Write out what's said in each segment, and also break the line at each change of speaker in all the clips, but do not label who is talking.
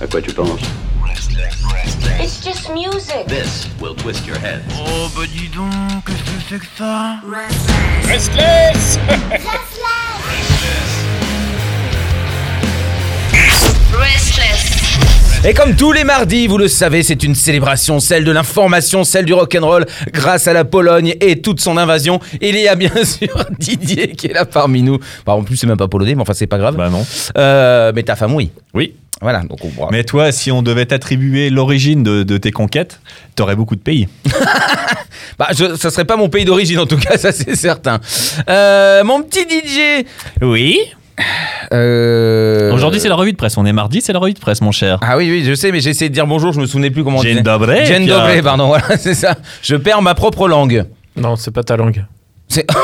À quoi tu penses
It's just music.
This will twist your head.
Oh bah dis donc, qu'est-ce que c'est que ça
Restless
Et comme tous les mardis, vous le savez, c'est une célébration, celle de l'information, celle du rock'n'roll, grâce à la Pologne et toute son invasion. Il y a bien sûr Didier qui est là parmi nous. Bah, en plus, c'est même pas polonais, mais enfin, c'est pas grave.
Bah non.
Euh, mais ta femme, oui.
Oui.
Voilà, donc on voit.
Mais toi, si on devait t'attribuer l'origine de, de tes conquêtes, t'aurais beaucoup de pays.
Bah, je, ça serait pas mon pays d'origine, en tout cas, ça c'est certain. Euh, mon petit Didier
Oui.
euh,
Aujourd'hui, c'est la revue de presse. On est mardi, c'est la revue de presse, mon cher.
Ah oui, oui, je sais, mais j'ai essayé de dire bonjour, je me souvenais plus comment on
Dzień
disait.
dobry,
Dzień
Pierre.
dobry, pardon, voilà, c'est ça. Je perds ma propre langue.
Non, c'est pas ta langue.
C'est-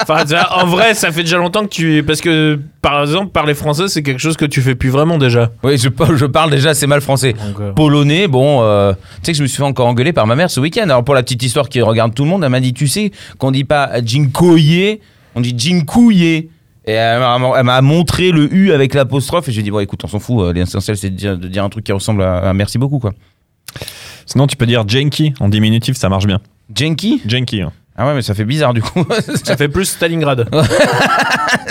Enfin, ça- en vrai, ça fait déjà longtemps que tu. Parce que, par exemple, parler français, c'est quelque chose que tu fais plus vraiment déjà.
Oui, je, parle- je parle déjà assez mal français.
Donc, euh,
Polonais, bon, euh, tu sais que je me suis fait encore engueuler par ma mère ce week-end. Alors pour la petite histoire qui regarde tout le monde, elle m'a dit, tu sais qu'on dit pas Jinkoye, on dit Jinkouye. Et elle m'a elle m'a montré le U avec l'apostrophe et j'ai dit, bon écoute, on s'en fout, euh, l'essentiel c'est de dire, de dire un truc qui ressemble à, à merci beaucoup quoi.
Sinon, tu peux dire Jenki. En diminutif, ça marche bien.
Jenki
Jenki. hein.
Ah ouais, mais ça fait bizarre du coup.
ça fait plus Stalingrad.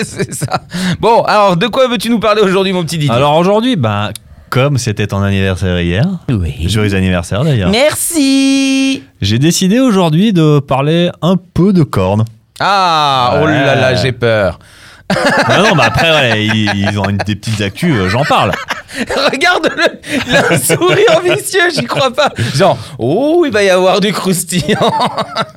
c'est ça. Bon, alors de quoi veux-tu nous parler aujourd'hui mon petit Didier
Alors aujourd'hui, bah, comme c'était ton anniversaire hier,
oui.
joyeux anniversaire d'ailleurs,
Merci
j'ai décidé aujourd'hui de parler un peu de cornes.
Ah, oh là là,
Ouais.
j'ai peur.
non, non, bah après, ouais, ils, ils ont une- des petites actus, euh, j'en parle.
Regarde-le, il a un sourire vicieux, j'y crois pas. Genre, oh, il va y avoir du croustillant.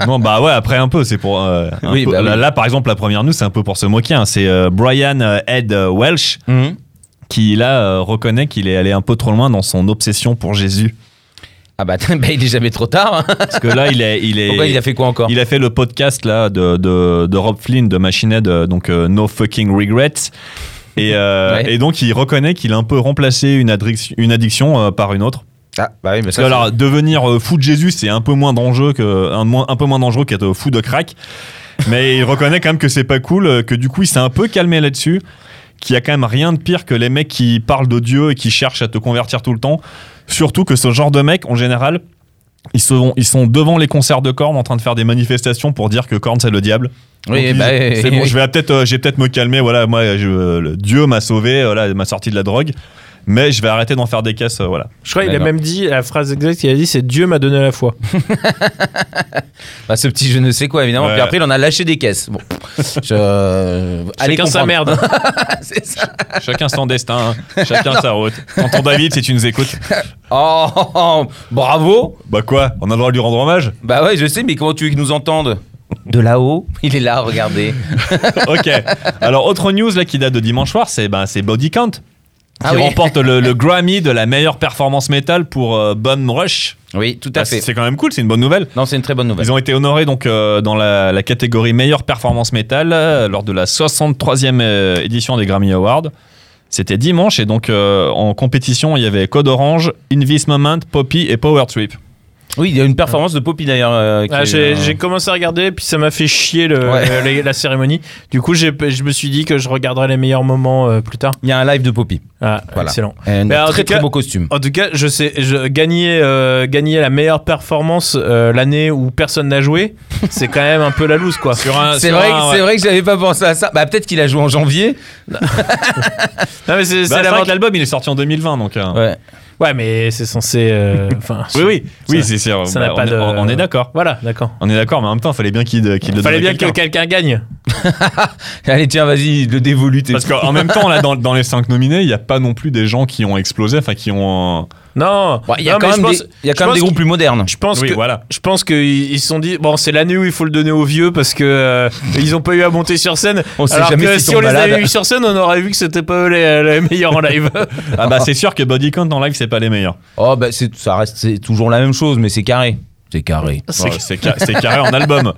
Non, bah ouais, après un peu, c'est pour. euh, un
Oui,
peu-
bah oui.
là, là, par exemple, la première news, c'est un peu pour se moquer. hein. c'est euh, Brian euh, Ed euh, Welsh qui, là, euh, reconnaît qu'il est allé un peu trop loin dans son obsession pour Jésus.
Ah bah, attends, bah, il est jamais trop tard. hein.
Parce que là, il est. Il est
Pourquoi il a fait quoi encore
il a fait le podcast là de, de, de Rob Flynn de Machine Head, euh, donc euh, No Fucking Regrets. Et, euh,
Ouais.
et donc il reconnaît qu'il a un peu remplacé une, addic- une addiction euh, par une autre.
Ah, bah oui, mais
Parce que alors devenir euh, fou de Jésus c'est un peu moins dangereux que un, moins- un peu moins dangereux qu'être fou de crack. Mais il reconnaît quand même que c'est pas cool, euh, que du coup il s'est un peu calmé là-dessus, qu'il y a quand même rien de pire que les mecs qui parlent de Dieu et qui cherchent à te convertir tout le temps. Surtout que ce genre de mecs en général ils sont, ils sont devant les concerts de Korn en train de faire des manifestations pour dire que Korn c'est le diable.
Oui,
Donc, ils-
bah,
c'est
oui.
bon, je vais peut-être euh, j'ai peut-être me calmer. Voilà, moi je- euh, le- Dieu m'a sauvé, euh, voilà, m'a sorti de la drogue, mais je vais arrêter d'en faire des caisses. euh, voilà.
Je crois qu'il a
D'accord.
même dit, la phrase exacte, il a dit c'est Dieu m'a donné la foi.
Bah, ce petit je ne sais quoi, évidemment.
Ouais.
Puis après, il en a lâché des caisses. Bon, je. euh, Allez
Chacun sa
comprendre.
merde.
C'est ça.
Chacun son destin, hein. chacun sa route. Tonton David, si tu nous écoutes,
Oh, oh, oh, bravo.
bah quoi, on a le droit de lui rendre hommage
Bah ouais, je sais, mais comment tu veux qu'ils nous entendent De là-haut, il est là, regardez.
Ok. Alors, autre news là qui date de dimanche soir, c'est ben, c'est Body Count qui
Ah oui.
remporte le, le Grammy de la meilleure performance métal pour euh, Bomb Rush.
Oui, tout
Bah,
Ah,
à fait.
c'est quand même cool, c'est une bonne nouvelle.
Non, c'est une très bonne nouvelle.
Ils ont été honorés donc euh, dans la, la catégorie meilleure performance métal euh, lors de la 63e euh, édition des Grammy Awards. C'était dimanche et donc euh, en compétition, il y avait Code Orange, In This Moment, Poppy et Power Trip.
Oui, il y a une performance de Poppy d'ailleurs. euh, qui
Ah,
est-
j'ai j'ai commencé à regarder, puis ça m'a fait chier le-
Ouais.
euh, les- la cérémonie. Du coup, j'ai- je me suis dit que je regarderai les meilleurs moments euh, plus tard.
Il y a un live de Poppy.
Ah,
Voilà.
excellent.
Un
Mais en
très
tout cas-
très beau costume.
En tout cas, je sais, je, gagner, euh, gagner la meilleure performance euh, l'année où personne n'a joué, c'est quand même un peu la loose, quoi.
Sur un-
C'est
sur
vrai,
un-
que- c'est vrai que j'avais pas pensé à ça. Bah peut-être qu'il a joué en janvier.
Non, mais c'est c'est
Bah, c'est
la
vrai
fin
que l'album il est sorti en 2020 donc. euh,
Ouais.
Ouais, mais c'est censé. euh, Enfin.
Oui oui oui c'est sûr.
ça
Bah,
n'a
on,
pas
est-
de-
on- on est d'accord.
Voilà, d'accord.
On est d'accord mais en même temps fallait bien qu'il qu'il le
Il fallait
donne à
bien que
quelqu'un.
quelqu'un gagne.
Allez tiens, vas-y, le dévolue. t'es-
parce qu'en même temps, là, dans, dans les 5 nominés, il n'y a pas non plus des gens qui ont explosé, enfin qui ont. euh,
Non.
Bon, Il y a
Non, mais
quand
je
même
pense-
des, il y a
je
quand même
pense
des groupes plus modernes.
Je pense
Oui,
que
voilà.
je pense qu'ils ils se sont dit bon c'est l'année où il faut le donner aux vieux parce que euh, ils ont pas eu à monter sur scène.
On sait
Alors
jamais
que
s'ils
si
sont
on les
malades.
avait eu sur scène on aurait vu que c'était pas eux les, les meilleurs en live.
Ah bah c'est sûr que Body Count en live, c'est pas les meilleurs.
Oh bah c'est, ça reste c'est toujours la même chose, mais c'est carré. C'est carré.
Ouais, C'est ca- c'est carré en album.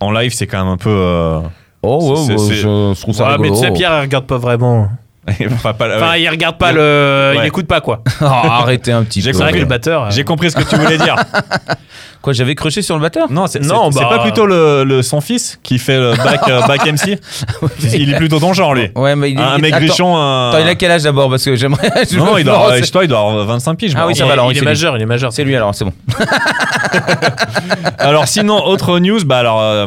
En live, c'est quand même un peu. euh,
Oh ouais,
C'est-
ouais,
c'est-
je, je trouve ça
Ouais, mais
rigolo.
tu sais Pierre elle regarde pas vraiment.
Enfin, pas- euh,
Enfin,
ouais.
Ah il regarde pas le. Il
Ouais.
écoute pas, quoi.
Oh, arrêtez un petit
J'ai
peu.
C'est vrai que le
compris.
batteur. euh,
J'ai compris ce que tu voulais dire.
Quoi, j'avais crushé sur le batteur
Non, c'est
Non,
c'est- c'est
bah-
pas plutôt le, le- son fils qui fait le bac, euh, bac MC Il est plutôt dans le genre, lui.
Ouais, Ah, mais euh. il est.
un mec
attends,
grichon. un-
Attends, il a quel âge d'abord Parce que j'aimerais. je
Non,
me
il doit,
lance.
avoir- je sais pas, il doit avoir 25 piges.
Ah
mais
oui,
en
ça va,
il-
alors,
Il
c'est
est
lui.
majeur, il est majeur.
C'est lui alors, c'est bon.
Alors sinon, autre news, bah alors. euh,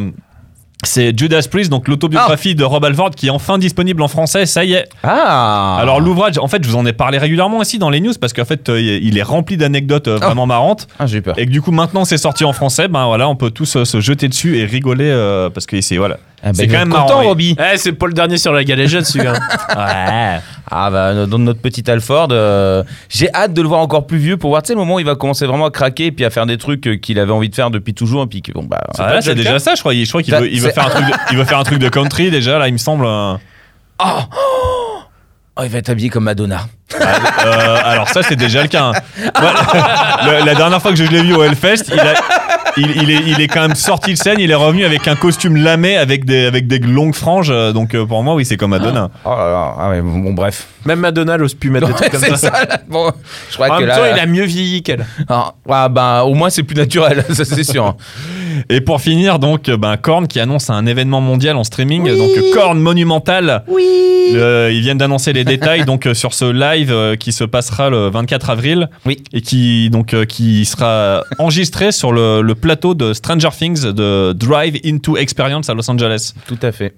c'est Judas Priest, donc l'autobiographie de Rob Alford qui est enfin disponible en français, ça y est.
Ah
Alors l'ouvrage, en fait, je vous en ai parlé régulièrement aussi dans les news parce qu'en fait, euh, il est rempli d'anecdotes euh, vraiment marrantes
Ah, j'ai eu peur.
et que du coup maintenant c'est sorti en français, ben voilà, on peut tous euh, se jeter dessus et rigoler euh, parce que c'est voilà,
Ah,
c'est
ben,
quand même
content,
marrant. oui.
Roby.
Eh, c'est pas le dernier sur la galéjade, celui-là.
Ouais.
Ah bah dans notre petit Alford, euh, j'ai hâte de le voir encore plus vieux pour voir tu sais le moment où il va commencer vraiment à craquer et puis à faire des trucs euh, qu'il avait envie de faire depuis toujours et puis que bon bah
Ah, là, c'est déjà ça, je crois. Il- Je crois qu'il
Ça-
veut, il veut
Bah, c'est-
faire un truc, de, il veut faire un truc de country déjà là, il me semble. euh.
oh, il va être habillé comme Madonna.
Euh, alors ça c'est déjà le cas. hein. Moi, le- la dernière fois que je l'ai vu au Hellfest, il, a- il- il est, il est quand même sorti de scène, il est revenu avec un costume lamé avec des, avec des longues franges. euh, Donc euh, pour moi oui c'est comme Madonna.
Oh là là, ah ouais, bon, bon, bref.
Même Madonna n'ose plus mettre des trucs comme
c'est
ça.
ça. là. Bon, je crois
En
que
même
là,
temps, il a mieux vieilli qu'elle.
ah, ah, bah au moins c'est plus naturel, ça c'est sûr.
Et pour finir donc euh, ben, Korn qui annonce un événement mondial en streaming. Donc euh, Korn monumental. Oui. ils viennent d'annoncer les détails donc euh, sur ce live euh, qui se passera le 24 avril.
Oui.
Et qui donc euh, qui sera enregistré sur le, le plateau de Stranger Things de Drive Into Experience à Los Angeles.
Tout à fait.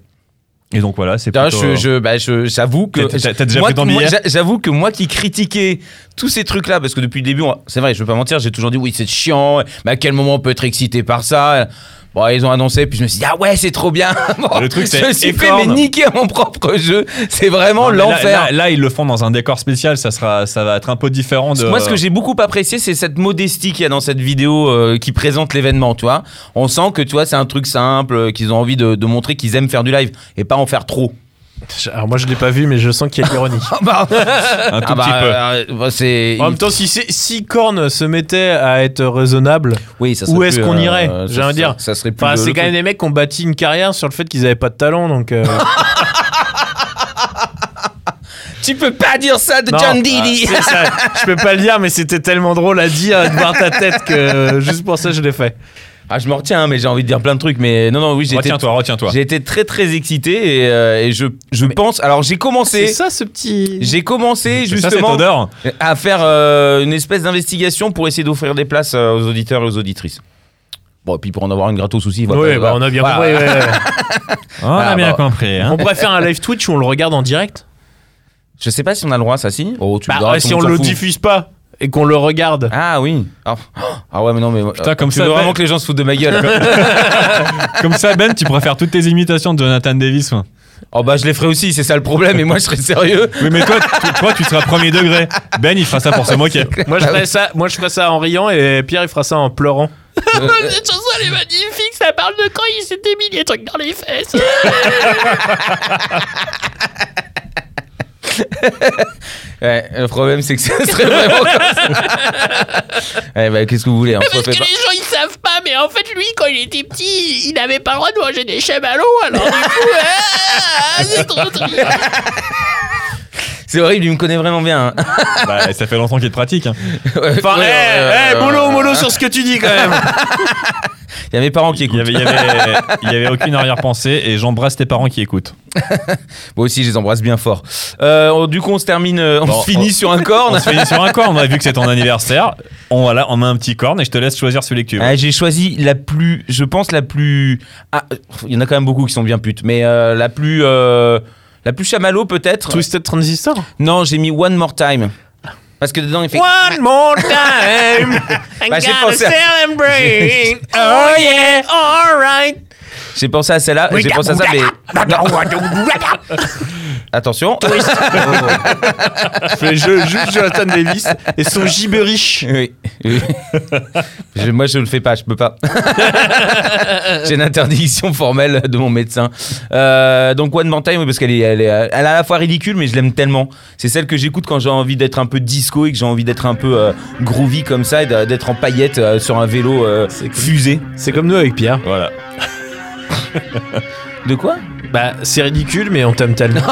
Et donc voilà, c'est
D'ailleurs,
plutôt...
je, je- bah, je- j'avoue que
T'as- t'as- t'as déjà
moi,
pris ton
moi,
billet
j'a- j'avoue que moi qui critiquais tous ces trucs là parce que depuis le début, on- c'est vrai, je vais pas mentir, j'ai toujours dit oui c'est chiant, mais à quel moment on peut être excité par ça Bon, ils ont annoncé, puis je me suis dit ah ouais c'est trop bien. Bon,
Ah, Le truc, c'est
je me suis fait mais
énorme.
niquer à mon propre jeu, c'est
Non,
vraiment
mais là-
l'enfer.
Là, là, ils le font dans un décor spécial, ça, sera, ça va être un peu différent de...
Moi, ce que j'ai beaucoup apprécié, c'est cette modestie qu'il y a dans cette vidéo euh, qui présente l'événement, tu vois. On sent que, tu vois, c'est un truc simple, euh, qu'ils ont envie de, de montrer qu'ils aiment faire du live et pas en faire trop.
Alors, moi, je l'ai pas vu, mais je sens qu'il y a de l'ironie.
Ah bah,
Un tout
ah bah,
petit peu.
euh, bah, c'est...
En même temps, si, c'est- si Korn se mettait à être raisonnable,
Oui, ça
Où
serait
est-ce
plus,
qu'on
euh,
irait,
ça-
j'ai envie de
ça-
dire.
Ça serait plus.
enfin,
le-
c'est
le
quand même
truc.
des mecs qui ont bâti une carrière sur le fait qu'ils avaient pas de talent, donc. euh,
Tu peux pas dire ça de
non,
John
ah,
Diddy
c'est ça, je peux pas le dire, mais c'était tellement drôle à dire, de voir ta tête que euh, juste pour ça, je l'ai fait.
Ah, je m'en retiens, mais j'ai envie de dire plein de trucs. Mais non, non, oui, j'ai été,
Retiens-toi, retiens-toi.
j'ai été très, très excité et, euh, et je, je pense. Alors, j'ai commencé.
ça ce petit.
J'ai commencé
C'est ça, cette
justement
odeur
à faire euh, une espèce d'investigation pour essayer d'offrir des places euh, aux auditeurs et aux auditrices. Bon, et puis pour en avoir une gratos aussi, voilà.
Oui, bah, on a bien
Voilà.
compris. ouais, ouais.
On a
Ah,
bien
bah.
compris. hein.
On pourrait faire un live Twitch où on le regarde en direct.
Je sais pas si on a le droit, ça, si. Oh, tu me
Bah,
diras,
ouais,
tout
si on
monde s'en
le
fout.
diffuse pas et qu'on le regarde.
Ah oui. Ah, ah ouais, mais non, mais.
Putain, comme
tu
ça,
veux
Ben-
vraiment que les gens se foutent de ma gueule.
Comme ça, Ben, tu pourrais faire toutes tes imitations de Jonathan Davis. ouais.
oh bah, je les ferai aussi, c'est ça le problème. Et moi, je serais sérieux.
Oui, mais toi, tu- toi, tu seras premier degré. Ben, il fera ça pour se moquer.
Moi je ferais ça, moi je ferais ça en riant et Pierre il fera ça en pleurant.
Oh, Cette chanson elle est magnifique, ça parle de quand il s'était mis des trucs dans les fesses.
Ouais, le problème, c'est que ça serait vraiment comme ça. ouais, bah, qu'est-ce que vous voulez hein, soit
Parce que les
fait pas.
gens ils savent pas, mais en fait lui quand il était petit, il n'avait pas le droit de manger des chamallows, alors du coup, ah, c'est trop triste.
C'est horrible, il me connaît vraiment bien. hein.
Bah, ça fait longtemps qu'il pratique. hein.
Enfin,
Ouais,
eh,
euh,
eh, mollo, mollo sur ce que tu dis quand même.
Il y a mes parents qui
Il y
écoutent.
avait, il y avait, il y avait aucune arrière-pensée et j'embrasse tes parents qui écoutent.
Moi aussi, je les embrasse bien fort. Euh, on- du coup, on se termine, euh, on
Bon,
se finit
on-
sur un corne.
On se finit sur un corne, on a vu que c'est ton anniversaire. On, voilà, on met un petit corne et je te laisse choisir celui que tu veux.
Ah, J'ai choisi la plus, je pense la plus. Ah, euh, il y en a quand même beaucoup qui sont bien putes, mais euh, la plus, euh, la plus chamallow peut-être.
Twisted Transistor.
Non, j'ai mis One More Time parce que dedans il fait.
One more time. I
Bah, j'ai
gotta
pensé à-
celebrate. oh yeah, alright.
J'ai pensé à celle-là, j'ai pensé à ça, mais. Attention.
Je fais je, juste Jonathan Davis et son gibberish.
Oui. oui. Je- moi, je le fais pas, je peux pas. J'ai une interdiction formelle de mon médecin. Euh, donc One More Time, oui, parce qu'elle est, elle est, elle est à la fois ridicule, mais je l'aime tellement. C'est celle que j'écoute quand j'ai envie d'être un peu disco et que j'ai envie d'être un peu euh, groovy comme ça, et d'a- d'être en paillettes euh, sur un vélo euh, fusé.
C'est comme nous avec Pierre.
Voilà.
De quoi
Bah, c'est ridicule, mais on t'aime tellement.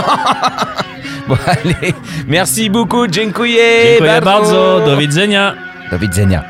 Bon, allez. Merci beaucoup, Dziękuję.
Dziękuję bardzo, do widzenia.
Do widzenia.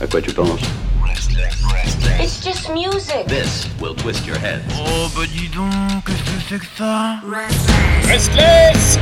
À quoi tu penses
It's just music.
This will twist your head.
Oh bah dis donc, qu'est-ce que c'est que ça
Restless